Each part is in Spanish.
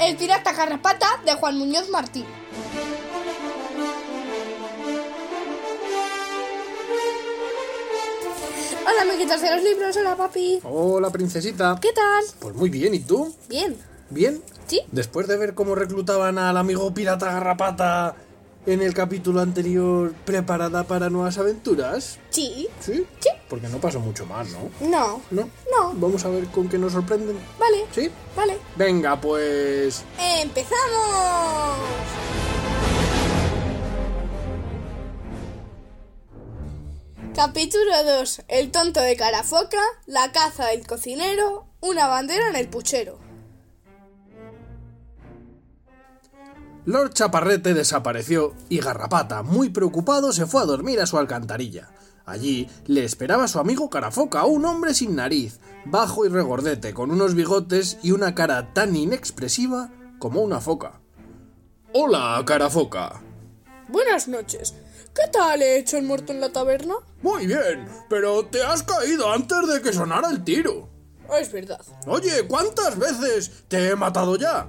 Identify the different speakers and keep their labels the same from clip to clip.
Speaker 1: El pirata carrapata de Juan Muñoz Martín. Hola, amiguitos de los libros. Hola, papi.
Speaker 2: Oh.
Speaker 3: Hola, princesita.
Speaker 1: ¿Qué tal?
Speaker 3: Pues muy bien, ¿y tú?
Speaker 1: Bien.
Speaker 3: ¿Bien?
Speaker 1: Sí.
Speaker 3: Después de ver cómo reclutaban al amigo pirata Garrapata en el capítulo anterior, ¿preparada para nuevas aventuras?
Speaker 1: Sí.
Speaker 3: ¿Sí?
Speaker 1: Sí.
Speaker 3: Porque no pasó mucho más, ¿no?
Speaker 1: No.
Speaker 3: ¿No?
Speaker 1: No.
Speaker 3: Vamos a ver con qué nos sorprenden.
Speaker 1: Vale.
Speaker 3: ¿Sí?
Speaker 1: Vale.
Speaker 3: Venga, pues...
Speaker 1: ¡Empezamos! Capítulo 2. El tonto de Carafoca, la caza del cocinero, una bandera en el puchero.
Speaker 3: Lord Chaparrete desapareció y Garrapata, muy preocupado, se fue a dormir a su alcantarilla. Allí le esperaba su amigo Carafoca, un hombre sin nariz, bajo y regordete, con unos bigotes y una cara tan inexpresiva como una foca. Hola, Carafoca.
Speaker 1: Buenas noches. ¿Qué tal he hecho el muerto en la taberna?
Speaker 3: Muy bien, pero te has caído antes de que sonara el tiro.
Speaker 1: Es verdad.
Speaker 3: Oye, ¿cuántas veces te he matado ya?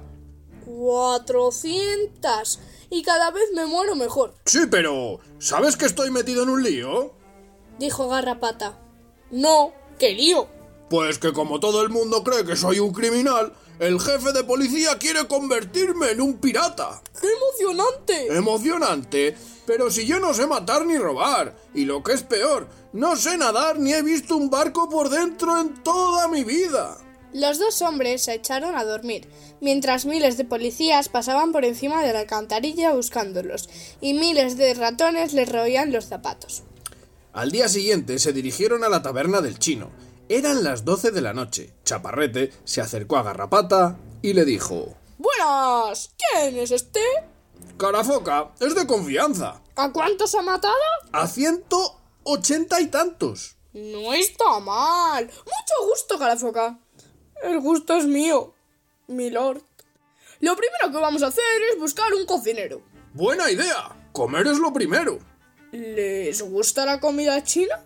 Speaker 1: 400. Y cada vez me muero mejor,
Speaker 3: Sí, pero ¿sabes que estoy metido en un lío?
Speaker 1: dijo Garrapata. No, qué lío.
Speaker 3: Pues que como todo el mundo cree que soy un criminal, el jefe de policía quiere convertirme en un pirata.
Speaker 1: ¡Qué emocionante!
Speaker 3: Emocionante, pero si yo no sé matar ni robar, y lo que es peor, no sé nadar ni he visto un barco por dentro en toda mi vida.
Speaker 1: Los dos hombres se echaron a dormir, mientras miles de policías pasaban por encima de la alcantarilla buscándolos, y miles de ratones les roían los zapatos.
Speaker 3: Al día siguiente se dirigieron a la taberna del chino. Eran las 12 de la noche. Chaparrete se acercó a Garrapata y le dijo:
Speaker 1: Buenas. ¿Quién es este?
Speaker 3: Carafoca, es de confianza.
Speaker 1: ¿A cuántos ha matado?
Speaker 3: A ciento ochenta y tantos.
Speaker 1: No está mal. Mucho gusto, Calafoca. El gusto es mío, mi lord. Lo primero que vamos a hacer es buscar un cocinero.
Speaker 3: Buena idea. Comer es lo primero.
Speaker 1: ¿Les gusta la comida china?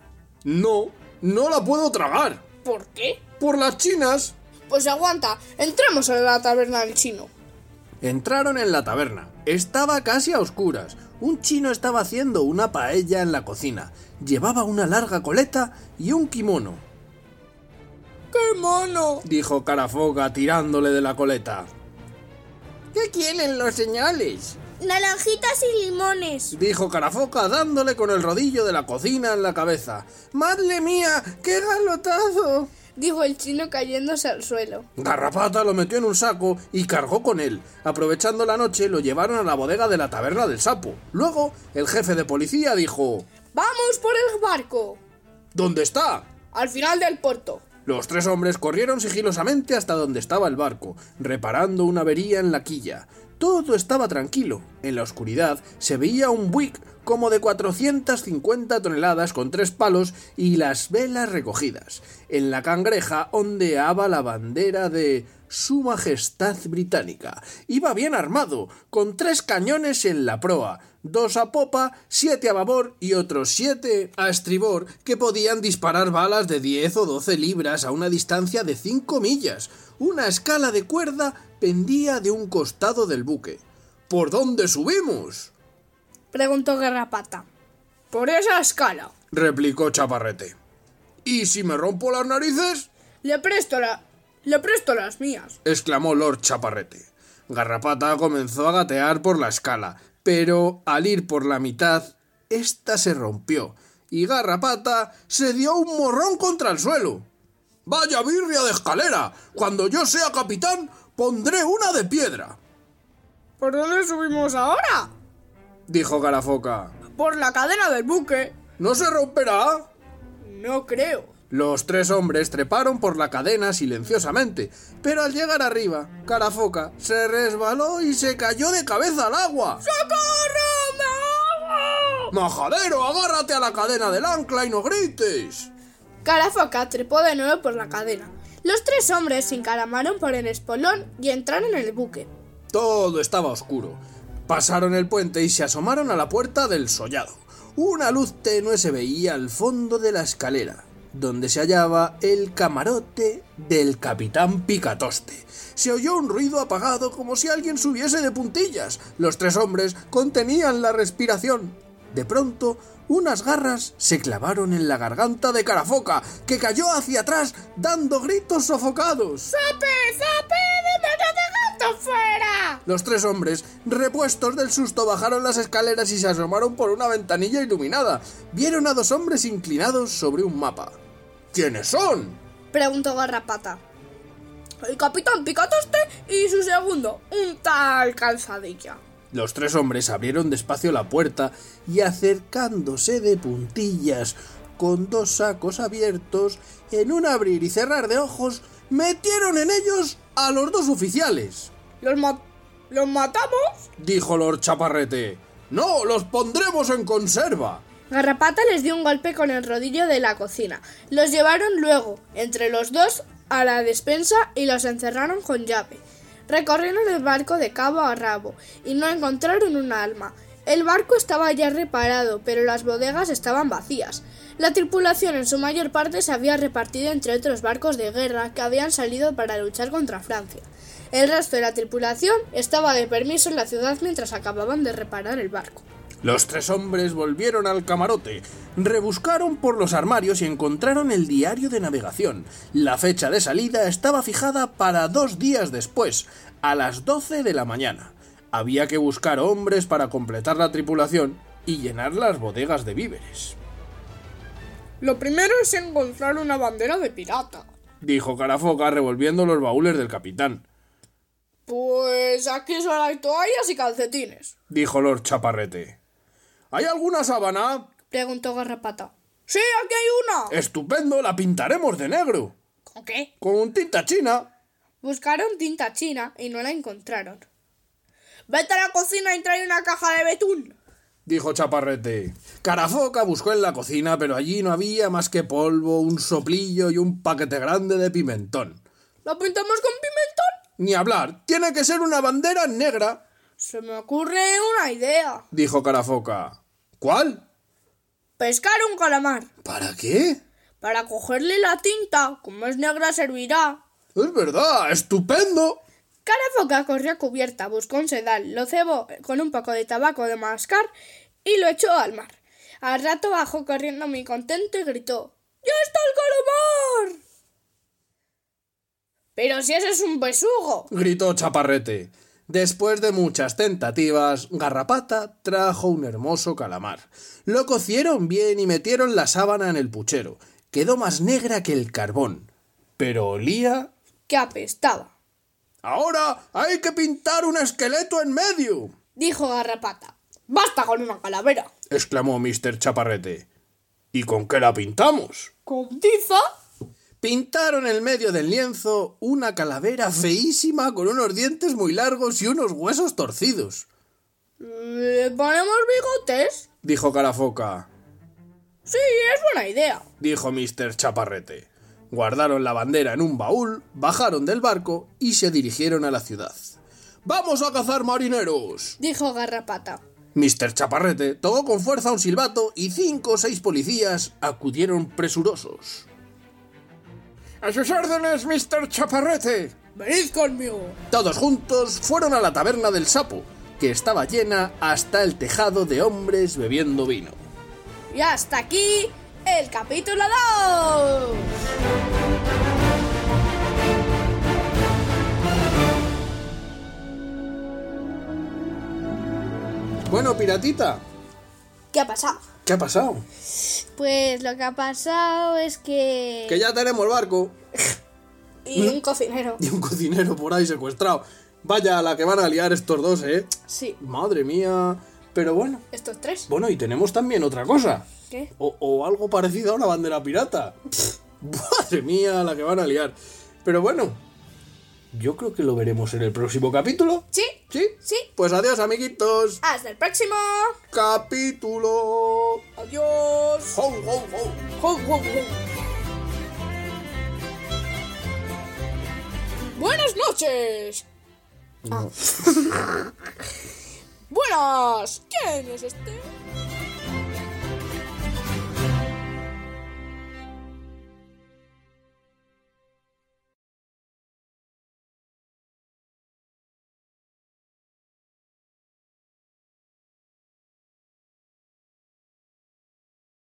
Speaker 3: No, no la puedo tragar.
Speaker 1: ¿Por qué?
Speaker 3: Por las chinas.
Speaker 1: Pues aguanta, entremos a la taberna del chino.
Speaker 3: Entraron en la taberna. Estaba casi a oscuras. Un chino estaba haciendo una paella en la cocina. Llevaba una larga coleta y un kimono.
Speaker 1: ¡Qué mono!
Speaker 3: dijo Carafoga tirándole de la coleta. ¿Qué quieren los señales?
Speaker 1: Naranjitas y limones.
Speaker 3: dijo Carafoca dándole con el rodillo de la cocina en la cabeza. ¡Madre mía! ¡Qué galotazo!
Speaker 1: Dijo el chino cayéndose al suelo.
Speaker 3: Garrapata lo metió en un saco y cargó con él. Aprovechando la noche, lo llevaron a la bodega de la taberna del sapo. Luego, el jefe de policía dijo:
Speaker 1: ¡Vamos por el barco!
Speaker 3: ¿Dónde está?
Speaker 1: Al final del puerto.
Speaker 3: Los tres hombres corrieron sigilosamente hasta donde estaba el barco, reparando una avería en la quilla. Todo estaba tranquilo. En la oscuridad se veía un buick como de 450 toneladas con tres palos y las velas recogidas. En la cangreja ondeaba la bandera de Su Majestad Británica. Iba bien armado, con tres cañones en la proa, dos a popa, siete a babor y otros siete a estribor, que podían disparar balas de 10 o 12 libras a una distancia de 5 millas. Una escala de cuerda pendía de un costado del buque. ¿Por dónde subimos?
Speaker 1: Preguntó Garrapata. Por esa escala.
Speaker 3: replicó Chaparrete. ¿Y si me rompo las narices?
Speaker 1: Le presto la... Le presto las mías.
Speaker 3: exclamó Lord Chaparrete. Garrapata comenzó a gatear por la escala, pero al ir por la mitad, ésta se rompió, y Garrapata se dio un morrón contra el suelo. ¡Vaya birria de escalera! Cuando yo sea capitán, pondré una de piedra,
Speaker 1: ¿Por dónde subimos ahora?
Speaker 3: dijo Garafoca.
Speaker 1: por la cadena del buque.
Speaker 3: ¿No se romperá?
Speaker 1: No creo.
Speaker 3: Los tres hombres treparon por la cadena silenciosamente, pero al llegar arriba, Carafoca se resbaló y se cayó de cabeza al agua.
Speaker 1: ¡Socorro! ¡Me ahogo!
Speaker 3: ¡Majadero, agárrate a la cadena del ancla y no grites!
Speaker 1: Carafoca trepó de nuevo por la cadena. Los tres hombres se encaramaron por el espolón y entraron en el buque.
Speaker 3: Todo estaba oscuro. Pasaron el puente y se asomaron a la puerta del sollado. Una luz tenue se veía al fondo de la escalera, donde se hallaba el camarote del capitán Picatoste. Se oyó un ruido apagado como si alguien subiese de puntillas. Los tres hombres contenían la respiración. De pronto, unas garras se clavaron en la garganta de Carafoca, que cayó hacia atrás dando gritos sofocados.
Speaker 1: ¡Sape! ¡Sape! ¡Dime no te fuera!
Speaker 3: Los tres hombres, repuestos del susto, bajaron las escaleras y se asomaron por una ventanilla iluminada. Vieron a dos hombres inclinados sobre un mapa. ¿Quiénes son?
Speaker 1: Preguntó Garrapata. El capitán Picatoste y su segundo, un tal Calzadilla.
Speaker 3: Los tres hombres abrieron despacio la puerta y acercándose de puntillas, con dos sacos abiertos, en un abrir y cerrar de ojos, metieron en ellos a los dos oficiales.
Speaker 1: ¿Los, ma- los matamos?
Speaker 3: Dijo Lord Chaparrete. No, los pondremos en conserva.
Speaker 1: Garrapata les dio un golpe con el rodillo de la cocina. Los llevaron luego, entre los dos, a la despensa y los encerraron con llave. Recorrieron el barco de cabo a rabo y no encontraron un alma. El barco estaba ya reparado, pero las bodegas estaban vacías. La tripulación en su mayor parte se había repartido entre otros barcos de guerra que habían salido para luchar contra Francia. El resto de la tripulación estaba de permiso en la ciudad mientras acababan de reparar el barco.
Speaker 3: Los tres hombres volvieron al camarote, rebuscaron por los armarios y encontraron el diario de navegación. La fecha de salida estaba fijada para dos días después, a las 12 de la mañana. Había que buscar hombres para completar la tripulación y llenar las bodegas de víveres.
Speaker 1: Lo primero es encontrar una bandera de pirata.
Speaker 3: Dijo Carafoca revolviendo los baúles del capitán.
Speaker 1: Pues aquí solo hay toallas y calcetines.
Speaker 3: Dijo Lord Chaparrete. ¿Hay alguna sábana?
Speaker 1: Preguntó Garrapata. Sí, aquí hay una.
Speaker 3: Estupendo, la pintaremos de negro.
Speaker 1: ¿Con qué?
Speaker 3: Con tinta china.
Speaker 1: Buscaron tinta china y no la encontraron. Vete a la cocina y trae una caja de betún.
Speaker 3: dijo Chaparrete. Carafoca buscó en la cocina, pero allí no había más que polvo, un soplillo y un paquete grande de pimentón.
Speaker 1: ¿Lo pintamos con pimentón?
Speaker 3: Ni hablar, tiene que ser una bandera negra,
Speaker 1: Se me ocurre una idea.
Speaker 3: dijo Carafoca. ¿Cuál?
Speaker 1: Pescar un calamar.
Speaker 3: ¿Para qué?
Speaker 1: Para cogerle la tinta, como es negra, servirá.
Speaker 3: Es verdad, estupendo.
Speaker 1: Carafoca corrió a cubierta, buscó un sedal, lo cebó con un poco de tabaco de mascar y lo echó al mar. Al rato bajó corriendo muy contento y gritó ¡Ya está el calamar! Pero si ese es un besugo.
Speaker 3: gritó Chaparrete. Después de muchas tentativas, Garrapata trajo un hermoso calamar. Lo cocieron bien y metieron la sábana en el puchero. Quedó más negra que el carbón, pero olía
Speaker 1: Que apestaba,
Speaker 3: Ahora hay que pintar un esqueleto en medio,
Speaker 1: dijo Garrapata. Basta con una calavera.
Speaker 3: exclamó Mr. Chaparrete. ¿Y con qué la pintamos?
Speaker 1: ¿Con tiza?
Speaker 3: Pintaron en medio del lienzo una calavera feísima con unos dientes muy largos y unos huesos torcidos,
Speaker 1: ¿Le ponemos bigotes?
Speaker 3: dijo Carafoca.
Speaker 1: Sí, es buena idea.
Speaker 3: dijo Mr. Chaparrete. Guardaron la bandera en un baúl, bajaron del barco y se dirigieron a la ciudad. ¡Vamos a cazar marineros!
Speaker 1: Dijo Garrapata.
Speaker 3: Mr. Chaparrete tocó con fuerza un silbato y cinco o seis policías acudieron presurosos. ¡A sus órdenes, Mr. Chaparrete!
Speaker 1: Venid conmigo.
Speaker 3: Todos juntos fueron a la taberna del sapo, que estaba llena hasta el tejado de hombres bebiendo vino.
Speaker 1: Y hasta aquí el capítulo 2.
Speaker 3: Bueno, piratita,
Speaker 1: ¿Qué ha pasado?
Speaker 3: ¿qué ha pasado?
Speaker 1: Pues lo que ha pasado es que...
Speaker 3: Que ya tenemos barco.
Speaker 1: Y un cocinero.
Speaker 3: y un cocinero por ahí secuestrado. Vaya, la que van a liar estos dos, ¿eh?
Speaker 1: Sí.
Speaker 3: Madre mía. Pero bueno.
Speaker 1: Estos tres.
Speaker 3: Bueno, y tenemos también otra cosa.
Speaker 1: ¿Qué?
Speaker 3: O, o algo parecido a una bandera pirata. Pff, Madre mía, la que van a liar. Pero bueno, yo creo que lo veremos en el próximo capítulo.
Speaker 1: Sí.
Speaker 3: ¿Sí?
Speaker 1: Sí.
Speaker 3: Pues adiós, amiguitos.
Speaker 1: Hasta el próximo.
Speaker 3: Capítulo.
Speaker 1: Adiós.
Speaker 3: Ho, ho, ho.
Speaker 1: Jo, jo, jo. Buenas noches. Ah. Buenas. ¿Quién es este?